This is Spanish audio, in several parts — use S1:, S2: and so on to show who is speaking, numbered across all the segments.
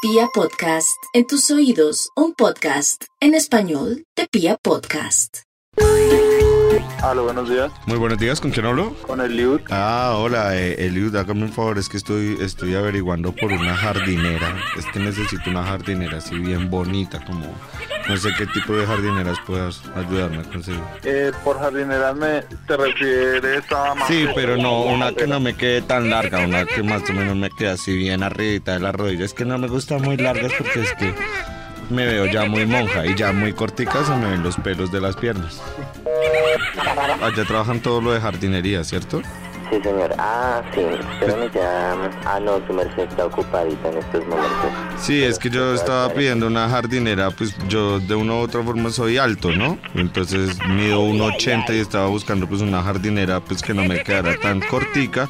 S1: Pia Podcast, en tus oídos, un podcast en español de Pia Podcast.
S2: Aló, buenos días.
S3: Muy buenos días, ¿con quién hablo?
S2: Con el Liud.
S3: Ah, hola, eh, Eliud, hágame un favor, es que estoy, estoy averiguando por una jardinera. Es que necesito una jardinera así bien bonita, como no sé qué tipo de jardineras puedas ayudarme a conseguir.
S2: Eh, por jardinera me te refieres a más
S3: Sí, pero no, una que no me quede tan larga, una que más o menos me quede así bien arribita de la rodilla. Es que no me gustan muy largas porque es que me veo ya muy monja y ya muy cortica se me ven los pelos de las piernas. Allá trabajan todo lo de jardinería, ¿cierto?
S4: Sí, señor. Ah, sí. Espérame ya. Ah, no, su merced está ocupadita en estos momentos.
S3: Sí, es que yo estaba pidiendo una jardinera, pues yo de una u otra forma soy alto, ¿no? Entonces mido 1,80 y estaba buscando pues una jardinera pues que no me quedara tan cortica,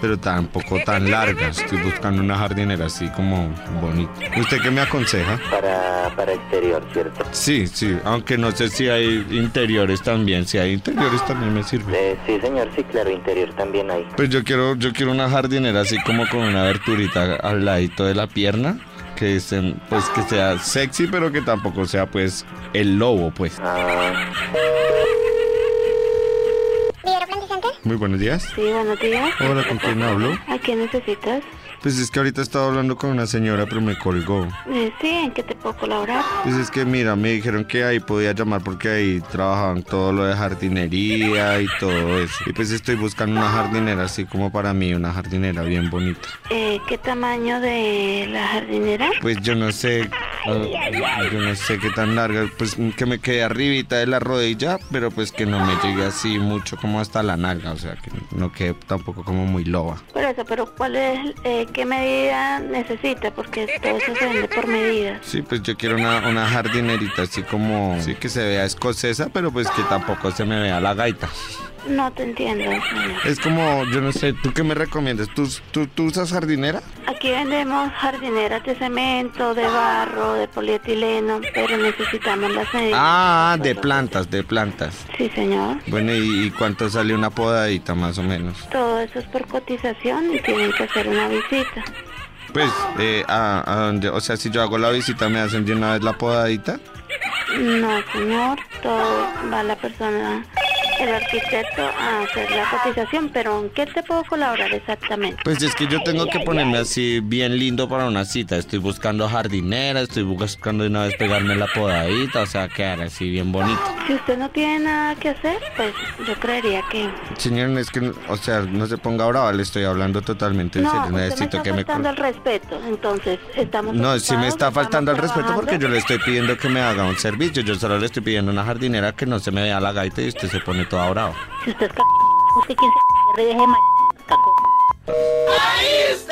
S3: pero tampoco tan larga. Estoy buscando una jardinera así como bonita. ¿Usted qué me aconseja?
S4: Para, para exterior, ¿cierto?
S3: Sí, sí, aunque no sé si hay interiores también, si hay interiores también me sirve.
S4: Eh, sí, señor. Sí, claro. Interior también hay.
S3: Pues yo quiero, yo quiero una jardinera así como con una aberturita al ladito de la pierna. Que se- pues que sea sexy, pero que tampoco sea pues el lobo, pues.
S4: Ah,
S5: ¿Vivero Planet Center?
S3: Muy buenos días.
S5: Sí, buenos días.
S3: Hola, ¿con quién hablo?
S5: ¿A qué necesitas?
S3: Pues es que ahorita estaba hablando con una señora, pero me colgó.
S5: Eh, sí, ¿en qué te puedo colaborar?
S3: Pues es que mira, me dijeron que ahí podía llamar porque ahí trabajaban todo lo de jardinería y todo eso. Y pues estoy buscando una jardinera así como para mí, una jardinera bien bonita.
S5: Eh, ¿Qué tamaño de la jardinera?
S3: Pues yo no sé, ah, yo no sé qué tan larga, pues que me quede arribita de la rodilla, pero pues que no me llegue así mucho como hasta la nalga, o sea, que no quede tampoco como muy loba.
S5: Por eso, pero ¿cuál es, eh, qué medida necesita? Porque todo eso se vende por medidas.
S3: Sí, pues yo quiero una, una jardinerita así como, sí, que se vea escocesa, pero pues que tampoco se me vea la gaita.
S5: No te entiendo, señor.
S3: Es como, yo no sé, ¿tú qué me recomiendas? ¿Tú, tú, tú usas jardinera?
S5: Aquí vendemos jardineras de cemento, de barro, de polietileno, pero necesitamos las medidas.
S3: Ah, de plantas, de plantas.
S5: Sí, señor.
S3: Bueno, ¿y, y cuánto sale una podadita más o menos?
S5: Todo eso es por cotización y tienen que hacer una visita.
S3: Pues, eh, a, a donde- o sea, si yo hago la visita, ¿me hacen de una vez la podadita?
S5: No, señor, todo va la persona, el arquitecto a hacer la cotización, pero ¿en qué te puedo colaborar exactamente?
S3: Pues es que yo tengo que ponerme así bien lindo para una cita. Estoy buscando jardinera, estoy buscando de una vez pegarme la podadita, o sea, quedar así bien bonito.
S5: Si usted no tiene nada que hacer, pues yo creería que...
S3: Señor, es que, o sea, no se ponga brava, le estoy hablando totalmente en
S5: No,
S3: serio.
S5: usted me
S3: Necesito
S5: está
S3: que me...
S5: faltando el respeto, entonces estamos...
S3: No, sí me
S5: ocupados,
S3: está faltando el
S5: estamos
S3: respeto porque yo
S5: trabajando.
S3: le estoy pidiendo que me haga un servicio. Yo solo le estoy pidiendo una jardinera que no se me vea la gaita y usted se pone toda brava.
S5: Si usted es c... usted quien se c... deje de m... c...